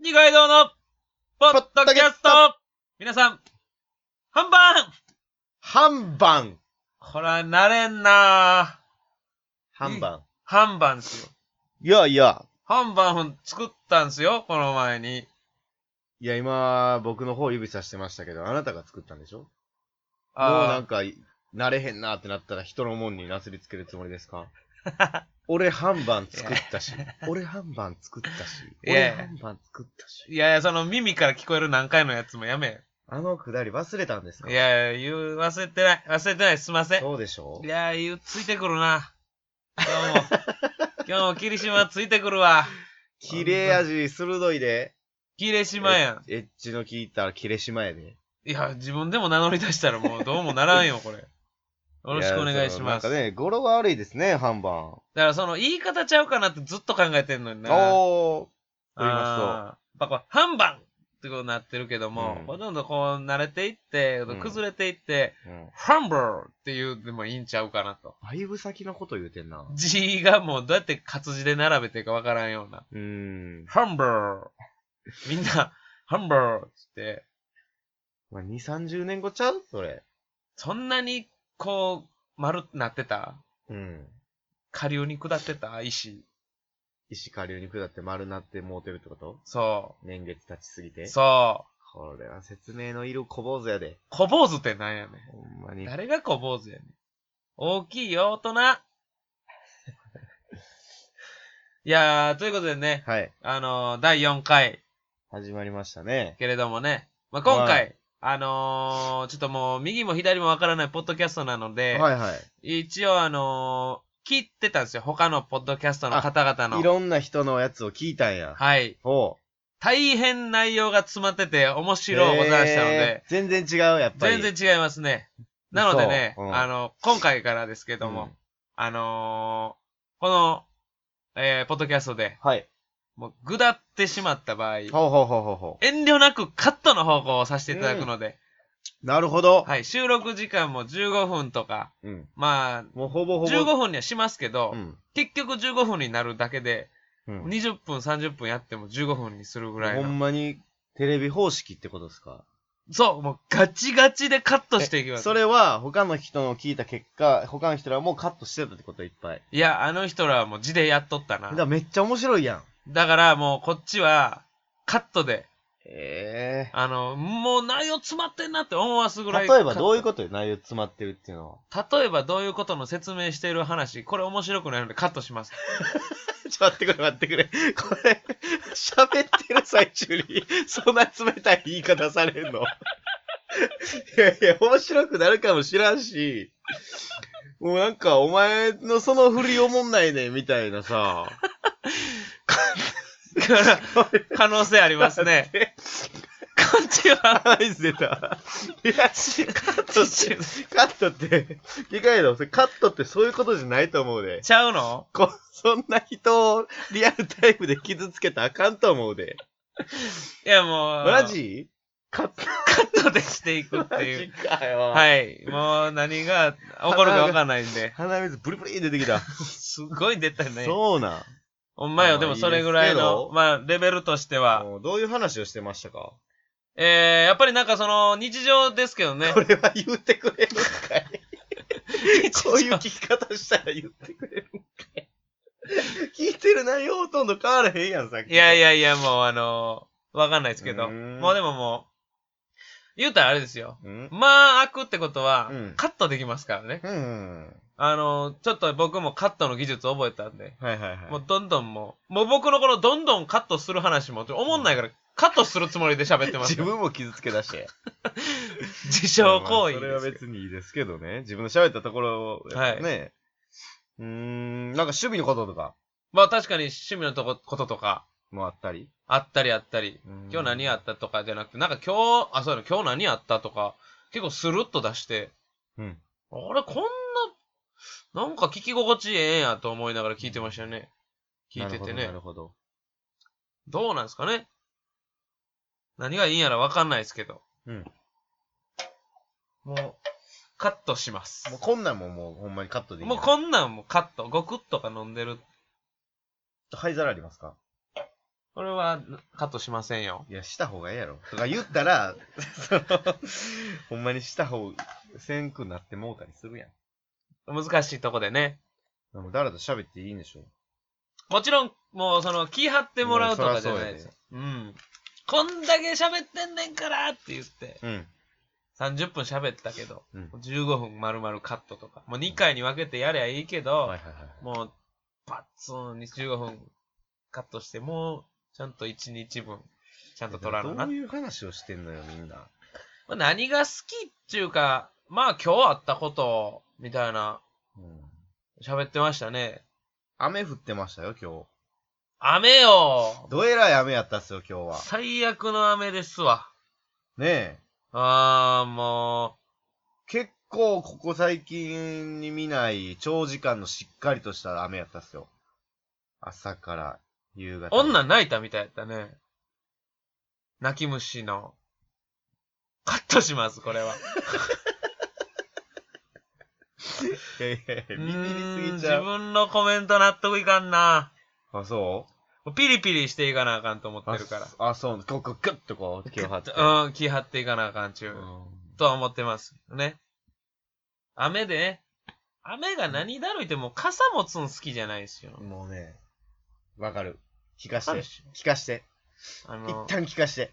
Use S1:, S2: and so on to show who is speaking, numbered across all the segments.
S1: 二階堂の、ポッドキャス
S2: ポ
S1: ト
S2: ッ
S1: 皆さん、半番
S2: 半番。
S1: これは慣れんなぁ。
S2: 半番。
S1: 半番っすよ。
S2: いやいや。
S1: 半番作ったんすよ、この前に。
S2: いや、今、僕の方指さしてましたけど、あなたが作ったんでしょもうな
S1: あ
S2: んか、慣れへんなーってなったら人のもんになすりつけるつもりです か俺半番作ったし、俺半番作ったし、
S1: いや
S2: 俺
S1: いや
S2: 半番作ったし
S1: ー。いやいや、その耳から聞こえる何回のやつもやめ
S2: あのくだり忘れたんです
S1: よ。
S2: か
S1: いやいや、言う、忘れてない。忘れてない。すいません。
S2: そうでしょ
S1: いやー、言う、ついてくるな。今日 も、今日も霧島ついてくるわ。
S2: 切れ味鋭いで。
S1: 霧島やん。
S2: エッエッジの効いた切れ島やで。
S1: いや、自分でも名乗り出したらもうどうもならんよ、これ。よろしくお願
S2: や
S1: いします。
S2: そうなんかね、語呂が悪いですね、半番。
S1: だからその言い方ちゃうかなってずっと考えてんのにな。
S2: おー。
S1: あー
S2: 言いますと
S1: やっぱこう、半番ってことになってるけども、
S2: うん
S1: ほとんどこう慣れていって
S2: うん、
S1: 崩れていって、
S2: うん
S1: 半分っていうでもいいんちゃうかなと。
S2: だいぶ先のこと言うてんな。
S1: 字がもうどうやって活字で並べていいかわからんような。
S2: うーん。
S1: 半分みんな、半分って、
S2: まあ、2、30年後ちゃうそれ。
S1: そんなにこう、丸ってなってた
S2: うん。
S1: 下流に下ってた石。
S2: 石下流に下って丸なってもうてるってこと
S1: そう。
S2: 年月経ちすぎて。
S1: そう。
S2: これは説明のいる小坊主やで。
S1: 小坊主ってなんやね
S2: ほんま
S1: ん。
S2: に。
S1: 誰が小坊主やねん。大きいよ、大人。 いやー、ということでね、
S2: はい。
S1: あのー、第4回、
S2: 始まりましたね。
S1: けれどもね、まあ、今回、
S2: は
S1: あのー、ちょっともう、右も左もわからないポッドキャストなので、
S2: はいはい。
S1: 一応あのー、聞いてたんですよ。他のポッドキャストの方々
S2: い
S1: の。
S2: ろんな人のやつを聞いたんや。
S1: はい。
S2: ほ
S1: 大変内容が詰まってて、面
S2: う。
S1: 白いございましたので、
S2: へー。全然違う、やっぱり。
S1: 全然違いますね。なのでね、
S2: そううん
S1: あの、今回からですけども、
S2: うん
S1: あのーこの、えーポッドキャストで、
S2: はい。
S1: もう、ぐだってしまった場合、
S2: ほうほうほうほうほ
S1: 遠慮なくカットの方向をさせていただくので、
S2: う。なるほど。
S1: はい、収録時間も15分とか、
S2: うん。
S1: ま
S2: もうほぼ
S1: あ、
S2: ほぼ。
S1: 15分にはしますけど、
S2: うん。
S1: 結局15分になるだけで、
S2: うん。
S1: 20分、30分やっても15分にするぐら
S2: ほ
S1: いの。
S2: んまに、テレビ方式ってことですか
S1: そう、もうガチガチでカットしていきます
S2: そ。れは、他の人の聞いた結果、他の人らはもうカットしてたってこといっぱい。
S1: いや、あの人らはもう字でやっとったな
S2: だか。らめっちゃ面白いやん。
S1: だからもうこっちは、カットで、
S2: ええ
S1: あの、もう内容詰まってんなって思わすぐらい。
S2: 例えばどういう
S1: こ
S2: ことよ内容詰まってるっていうのは。
S1: と例えばどういうことの説明してる話、これ面白くないのでカットします。
S2: ちょ、待ってくれ、待ってくれ。これ、喋ってる最中に、そんな冷たい言い方されんの いやいや、面白くなるかもしらんし、もうなんか、お前のその振りおもんないね、みたいなさ。
S1: だから可能性ありますね。こっちは、
S2: 合図出た。いや、カットって、カットって、理解だ、それカットってそういうことじゃないと思うで。
S1: ちゃうの
S2: こそんな人をリアルタイムで傷つけたらあかんと思うで。
S1: いやもう、
S2: マジカット
S1: カットでしていくって
S2: マ
S1: い
S2: ジ
S1: う。
S2: かよ。い。
S1: はい。もう何が起こるかわかんないんで。
S2: 鼻水ブリブリ出てきた。
S1: すごい出たね。
S2: そうなん。
S1: ほんまよ、でもそれぐらい
S2: まあいいです
S1: の、
S2: けど
S1: まあ、レベルとしては。
S2: もうどういう話をしてましたか
S1: えー、やっぱりなんかその、日常ですけどね
S2: こ。れは言ってく れるんかい
S1: 日常
S2: こういう聞き方したら言ってくれるんかい聞いてる内容ほとんど変わらへんやん、さっき。
S1: いやい
S2: や。
S1: やいや、もうあのーわかんないですけど。
S2: うーん
S1: もうでももう、言うたらあれですよ。
S2: うん
S1: まあ、開くってことは
S2: うん、
S1: カットできますからね。
S2: うん。
S1: あのーちょっと僕もカットの技術覚えたんで、
S2: はいはいはい。
S1: もうどんどんもう、もう僕のこのどんどんカットする話も、思んないから、カットするつもりで喋ってます
S2: 自
S1: よ。
S2: 分も傷つけ出して。
S1: 自傷行為
S2: そ
S1: ですけ
S2: れ
S1: ど
S2: は別にいいですけどね。自分の喋ったところを、
S1: はい
S2: ね。うーん、なんか趣味のこととか
S1: まあ確かに趣味のとここととか、
S2: もあったり。
S1: あったりあったり、今日何あ
S2: っ
S1: ったとかじゃなくて、なんか今日、あ、そうだ、今日何あったとか、結構スルッと出して、
S2: うん。
S1: あれ、こんな、なんか聞き心地ええんやと思いながら聞いてましたよね。聞いててね
S2: な。るほど。
S1: どうなんですかね何がいいんやらわかんないですけど。
S2: うん。
S1: もう、カットします。
S2: もう
S1: も
S2: こんなんももうほんまにカットで
S1: う
S2: いい。
S1: こんなんもカット。ゴクッとか飲んでる。
S2: 灰皿ありますか
S1: これはカットしませんよ。
S2: いや、した方がええやろ。とか言ったら、 その、ほんまにした方、せんくなってもうたりするやん。
S1: 難しいとこでね。
S2: でもだらだら喋っていいんでしょ。
S1: もちろん、もうその、気張ってもらうとかじゃないですよ。うん。こんだけ喋ってんねんからって言って、
S2: うん。
S1: 30分喋ったけど、
S2: うん。
S1: 15分丸々カットとか、もう2回に分けてやりゃいいけど、
S2: いはい。
S1: もう、パッツンに15分カットして、もう、ちゃんと1日分、ちゃんと取らなな。
S2: どう
S1: ま
S2: いう話をしてんのよ、みんな。
S1: あ、何が好きっていうか、まあ今日あったこと、みたいな、
S2: うん。
S1: 喋ってましたね。
S2: 雨降ってましたよ、今日。
S1: 雨よ
S2: どえらい雨やったっすよ、今日は。
S1: 最悪の雨ですわ。
S2: ねえ。
S1: あー、もう、
S2: 結構、ここ最近に見ない、長時間のしっかりとした雨やったっすよ。朝から夕方。
S1: 女泣いたみたいやったね。泣き虫の。カットします、これは。
S2: いやいやいや、ビビりすぎち
S1: うー
S2: ゃ
S1: ん
S2: う。
S1: 自分のコメント納得いかんな。
S2: あ、そう
S1: もうピリピリしていかなあかんと思ってるから。
S2: あ、そう、こう、こう、ぐっとこう、気を張って。
S1: うん、気張っていかなあかんちゅう。とは思ってます。ね。雨でね。雨が何だろいってもう傘持つん好きじゃないですよ
S2: う。んもうね、わかる。聞かし
S1: ある
S2: て
S1: で。し
S2: 聞かして。
S1: ょあ
S2: 一
S1: の、
S2: 旦聞かして。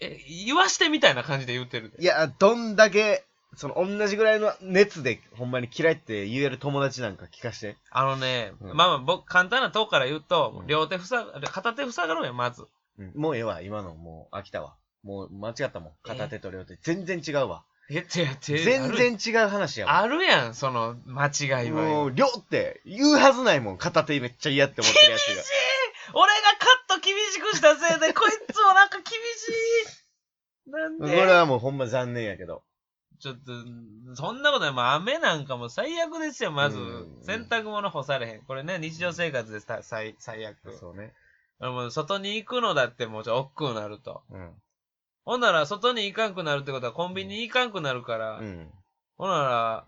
S1: え、言わしてみたいな感じで言ってるで。
S2: いや、どんだけ、その、同じぐらいの熱で、ほんまに嫌いって言える友達なんか聞かして。
S1: あのね、
S2: うん
S1: まあまあ僕、簡単なとこから言うと、
S2: うん
S1: 両手塞が、片手塞がろうや、まず。
S2: もうええわ、今の、もう飽きたわ。もう間違ったもん。片手と両手。全然違うわ。
S1: え、てやて
S2: 全然違う話やわ。
S1: あるやん、その、間違いは
S2: も
S1: よ。
S2: う、両手、言うはずないもん。片手めっちゃ嫌って思ってるやつが。
S1: 俺がカット厳しくしたせいで、こいつもなんか厳しい。なん
S2: こ
S1: で
S2: れはもうほんま残念やけど。
S1: ちょっと、そんなことない。もう雨なんかもう最悪ですよ、まず
S2: うん。
S1: 洗濯物干されへん。これね、日常生活です、た最最悪。
S2: そうね。
S1: もう外に行くのだってもうちょ、億劫になると。
S2: うん。
S1: ほんなら、外に行かんくなるってことは、コンビニ行かんくなるから、
S2: うん。
S1: ほんなら、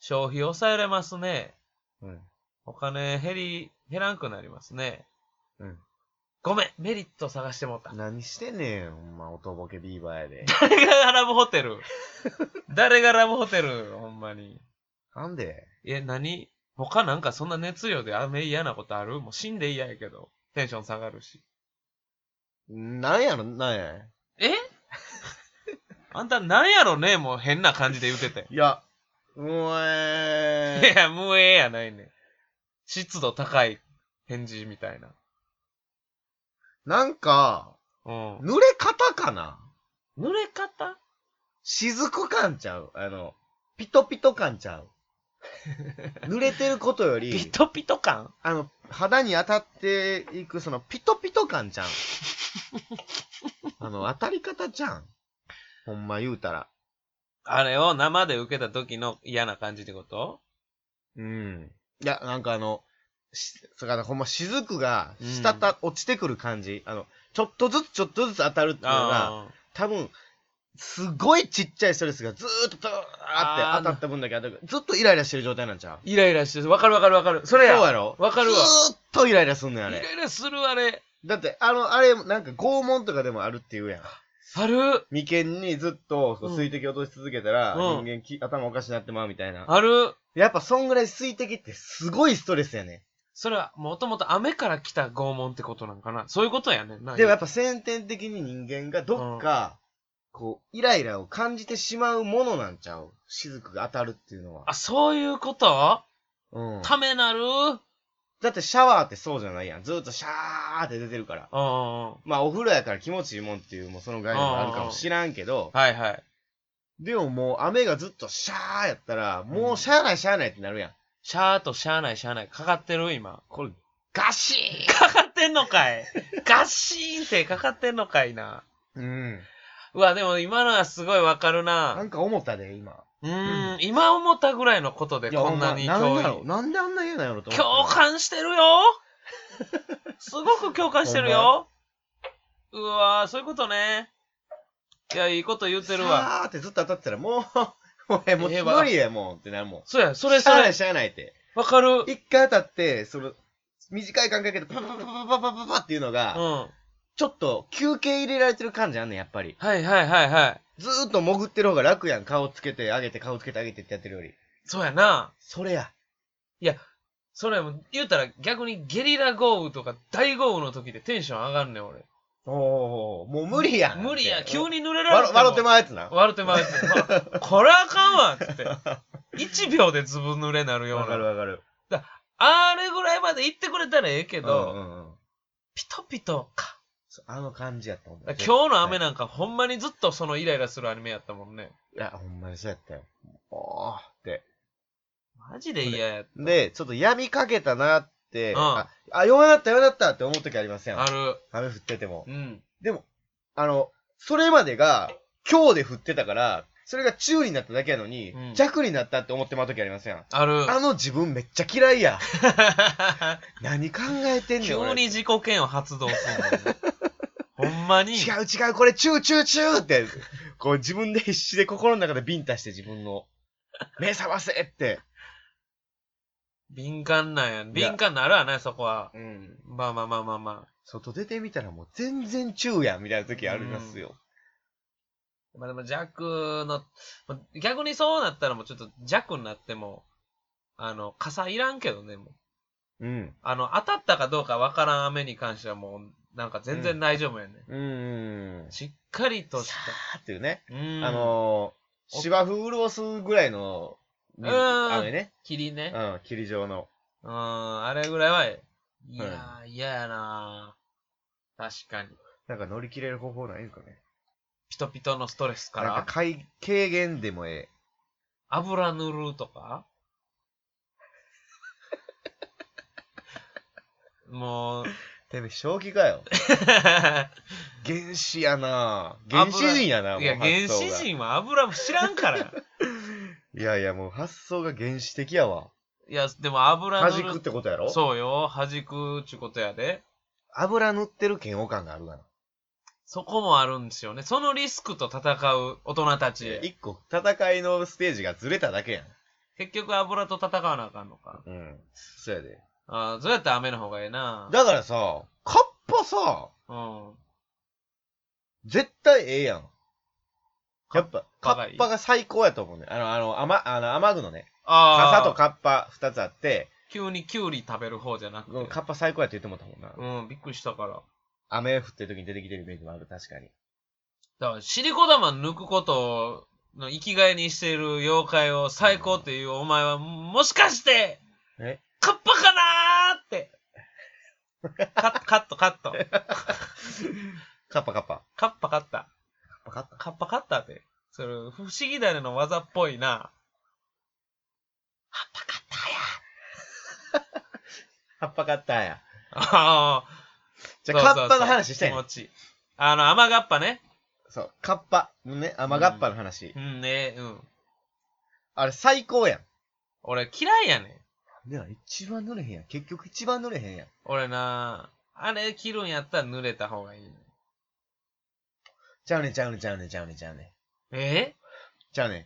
S1: 消費抑えれますね。
S2: うん。
S1: お金減り、減らんくなりますね。
S2: うん。
S1: ごめん、メリット探してもった。
S2: 何してんねん、ほんま、おとぼけビーバーやで。
S1: 誰がラブホ テル誰がラブホテルほんまに。
S2: なんで
S1: え、何他なんかそんな熱量で雨嫌なことあるもう死んで嫌やけど。テンション下がるし。
S2: なんやろ、なんや。
S1: え あんたなんやろねもう変な感じで言うて て。
S2: いや、もうえ
S1: いや、もうええやないねん。湿度高い返事みたいな。
S2: なんか、
S1: うん。
S2: 濡れ方かな
S1: 濡れ方
S2: 雫感ちゃう。あの、ピトピト感ち ゃう。濡れてることよ
S1: ピ
S2: り、
S1: トピト感
S2: あの、肌に当たっていく、その、ピトピト感ち ゃう。あの、当たり方ちゃん。ほんま言うたら。
S1: あれを生で受けた時の嫌な感じってこと
S2: うん。いや、なんかあの、しそれからほんま雫が、滴た、落ちてくる感じ。あの、ちょっとずつちょっとずつ当たるっていうのが、
S1: ああ。
S2: 多分、すごいちっちゃいストレスがずーっとドー
S1: あ
S2: っ
S1: ー
S2: て当たった分だけ当たるずっとイライラしてる状態なんちゃう
S1: イライラしてる。わかるわかるわかる。それや。
S2: そうやろ
S1: わかるわ
S2: ずーっとイライラすんのよ、あ
S1: イ
S2: れ。
S1: ライラするあれ。
S2: だって、あの、あれ、なんか拷問とかでもあるって言うやん。
S1: ある。
S2: 眉間にずっとこう
S1: うん
S2: 水滴落とし続けたら、
S1: うん
S2: 人間き頭おかしになってまうみたいな。
S1: ある。
S2: やっぱそんぐらい水滴ってすごいストレスやね。
S1: それは、もともと雨から来た拷問ってことなんかな。そういうことやねんな。
S2: でもやっぱ先天的に人間がどっか、こう、イライラを感じてしまうものなんちゃう雫が当たるっていうのは。
S1: あ、そういうこと
S2: うん。
S1: ためなるうん
S2: だってシャワーってそうじゃないやん。ずーっとシャーって出てるから。
S1: うんうん。
S2: まあお風呂やから気持ちいいもんっていうもうその概念があるかもしらんけど、
S1: はいはい。
S2: でももう雨がずっとシャーやったら、もうしゃーないしゃーないってなるやん。
S1: シャーとしゃーないしゃーない。かかってる今。
S2: これ、ガシ
S1: かかってんのかい。ガシーンってかかってんのかいな。
S2: ーンうん。
S1: うわ、でも今のはすごいわかる
S2: な
S1: な。
S2: んか思ったで、今。
S1: うーん、今思ったぐらいのことでこんなに
S2: な
S1: 共
S2: んだろ
S1: 有
S2: う。なんであんな嫌なんやろと思った
S1: 共感してるよすごく共感してるようわー、そういうことね。いや、いいこと言うてるわ。
S2: シャーってずっと当たってたら、もう、もう、もう
S1: ええわ
S2: 無理やもんってなるもん。
S1: そうや、それそ
S2: しゃーな
S1: れ
S2: い、しゃーないって。
S1: わかる。
S2: 一回当たって、その、短い間隔でパパパパパパパパっていうの
S1: う
S2: が、
S1: ん。
S2: ちょっと休憩入れられてる感じあんねん、やっぱり。
S1: はいはいはいはい。
S2: ずーっと潜ってる方が楽やん。顔つけて上げて、顔つけて上げてってやってるより。
S1: そうやな。
S2: それや。
S1: それも、言うたら逆にゲリラ豪雨とか大豪雨の時でテンション上がんねん、俺。
S2: おおもう無理やん。
S1: 無理や、急
S2: に。
S1: に濡れられ
S2: 笑
S1: ても。
S2: 笑ってまうやつな。
S1: 笑ってまうやつ。まあこれあかんわっつって。1秒 でずぶ濡れなるよう
S2: わかる
S1: な。
S2: わかる。
S1: あれぐらいまで行ってくれたらええけ
S2: け
S1: ど、
S2: うんうんうん、
S1: ピトピトか。
S2: そうあの感じやったもん
S1: 今日の雨なんかほんまにずっとそのイライラするアニメやったもんね。
S2: いや、ほんまにそうやったよ。おーって。
S1: マジで嫌や。
S2: で、ちょっと闇かけたなって、
S1: うん
S2: あ、あ弱なった弱なったって思う時ありますやん
S1: あ。る。
S2: 雨降ってても。
S1: うん。
S2: でも、あの、それまでが、今日で降ってたから、それが中になっただけやのに、
S1: うん
S2: 弱になったって思ってまう時ありますやん。
S1: ある。
S2: あの自分めっちゃ嫌いや。何考えてんねん。
S1: 急
S2: 俺
S1: に自己嫌悪発動す んのよ。ほんまに。
S2: 違う違う、これチューチューチューって、こう自分で必死で心の中でビンタして自分の、目覚ませって。
S1: 敏感なんや。敏感なるわね、そこは。
S2: うん。
S1: まあまあまあまあま
S2: 外出てみたらもう全然チューやんみたいな時ありますよ。
S1: あ。まあでも弱の、まあ逆にそうなったらもうちょっと弱になっても、あの、傘いらんけどね、もう。
S2: うん。
S1: あの、当たったかどうかわからん雨に関してはもう、なんか全然大丈夫やね。
S2: うーん。
S1: しっかりとし
S2: さーっていうね。
S1: た。うん。
S2: あ、のー、芝生潤すぐらいの、
S1: ん
S2: 雨ね。
S1: 霧ね。
S2: うん、霧状の。
S1: うん、あれぐらいは、いやー、嫌、やなー確かに。
S2: なんか乗り切れる方法ないんかね。
S1: ピトピトのストレスか
S2: なん
S1: ら
S2: か、軽軽減でもええ。
S1: 油塗るとかもう、
S2: てめえ、正気かよ。原始やな原始人やなも
S1: いうや、原
S2: 発想が
S1: 始人は油も知らんから。
S2: いやいや、もう発想が原始的やわ。
S1: いや、でも油
S2: 弾
S1: 塗る。
S2: くってことやろ
S1: そうよ、弾くっちゅうことやで。
S2: 油塗ってる嫌悪感があるがな。
S1: そこもあるんですよね。そのリスクと戦う大人たち。
S2: 一個、戦いのステージがずれただけやん。
S1: 結局油と戦わなあかんのか。
S2: うん。そうやで。
S1: ああ、そうやったら雨の方がええな。
S2: だからさ、カッパさ、
S1: うん。
S2: 絶対ええやん。やっぱ、カ
S1: カッパがいい
S2: ッパが最高やと思うね。あの、あの、雨、あの、雨具のね、
S1: ああ。
S2: 傘とカッパ二つあって、
S1: 急にキュウリ食べる方じゃなく
S2: うん
S1: て。
S2: カッパ最高やって言ってもらったもんな。
S1: うん、びっくりしたから。
S2: 雨降ってる時に出てきてるイメージもある、確かに。
S1: だから、シリコ玉抜くことの生きがいにしている妖怪を最高っていうお前は、もしかして、
S2: え
S1: カッパかなー って。カッカット、カット。
S2: カッパカッパ。
S1: カッパカッタ。
S2: カッパカッパ
S1: カッパカッタって。それ、不思議だねの技っぽいな。カッパカッタや。
S2: カッパカッターや。
S1: ああ。
S2: じゃあ、
S1: そう
S2: カ
S1: そうそう
S2: ッパの話したい
S1: 気
S2: ね
S1: 持。ちいい。あの、雨がっぱね。
S2: そう、カッパのね、雨がっぱの話。
S1: うんね、うん。
S2: あれ最高やん。
S1: 俺嫌いやねん。
S2: いや、一番乗れへんやん。結局一番乗れへんやん。
S1: 俺なあれ着るんやったら濡れた方がいいね。
S2: ちゃうねんちゃうねんちゃうねんちゃうねんちゃうねん。
S1: え
S2: ちゃうねん。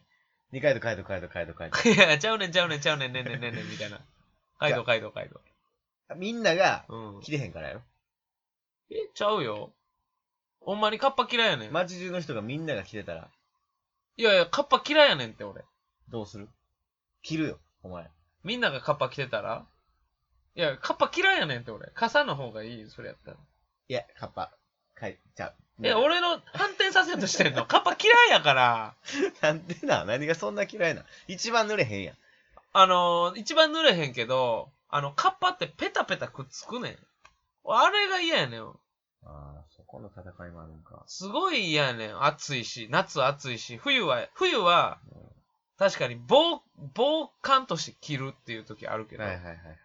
S2: 二回と変えと変えと変えと変えと。
S1: いや、ちゃうねんちゃうねんちゃうねんねんねんねんねんみたいな。カイドカイドカイド。
S2: みんなが、
S1: うん。
S2: 切れへんからよ。
S1: え、ちゃうよ。ほんまにカッパ嫌いやねん。
S2: 街中の人がみんなが着てたら、
S1: いやいや、カッパ嫌いやねんって俺。
S2: どうする着るよ、お前。
S1: みんながカッパ着てたらいや、カッパ嫌いやねんって俺。傘の方がいいよ、それやったら。
S2: いや、カッパ、かい、ちゃう。
S1: え、、俺の反転させようとして んの。カッパ嫌いやから。
S2: なんでな、何がそんな嫌いな。一番濡れへんやん。
S1: あのー、一番濡れへんけど、あの、カッパってペタペタくっつくねん。あれが嫌やねん。
S2: ああ、そこの戦いもあるんか。
S1: すごい嫌やねん。暑いし、夏暑いし、冬は、冬は、確かに防、防寒として着るっていう時あるけど、
S2: はいはいはいはい。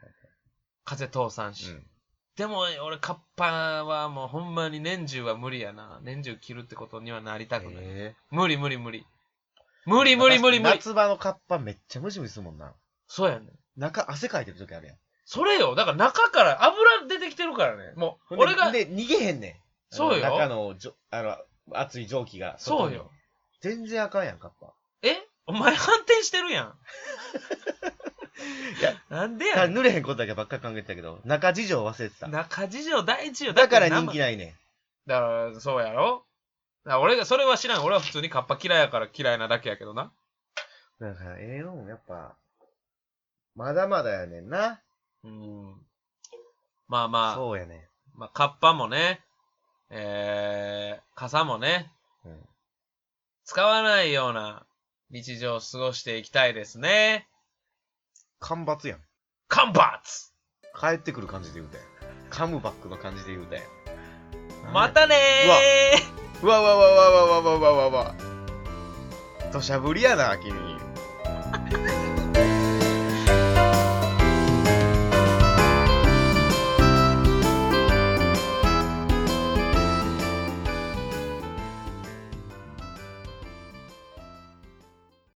S1: 風通さんし。でも、俺、カッパはもうほんまに年中は無理やな。年中着るってことにはなりたくない。
S2: え
S1: 無理無理無理。無理無理無理無理。
S2: 夏場のカッパめっちゃムシムシするもんな。
S1: そうやねん。
S2: 中、汗かいてる時あるやん。
S1: それよ。だから中から油出てきてるからね。も
S2: ほ
S1: う、
S2: んで
S1: 俺が、
S2: で、逃げへんねん。
S1: そうよ
S2: あの中のじょ、あの、熱い蒸気が。
S1: そうよ。。
S2: 全然あかんやん、カッパ。
S1: えお前反転してるやん。なんで
S2: た
S1: やね
S2: 濡れへんことだけばっか考えてたけど、中事情忘れてた
S1: ん。。中事情第一よ。
S2: だから
S1: って
S2: 人気ないね
S1: だから、そうやろだから俺が、それは知らん。俺は普通にカッパ嫌いやから嫌いなだけやけどな。
S2: ん。だから、ええのやっぱ、まだまだやねんな。
S1: うん。まあまあ、
S2: そうやね
S1: まあ、カッパもね、えー、傘もね、
S2: ん。うん。
S1: 使わないような日常を過ごしていきたいですね。
S2: 干ばつやん。
S1: 干ばつ
S2: 帰ってくる感じで言うたやん。カムバックの感じで言うたやん。
S1: またねー
S2: うわうわうわうわうわうわうわうわうわ。土砂降りやな、君。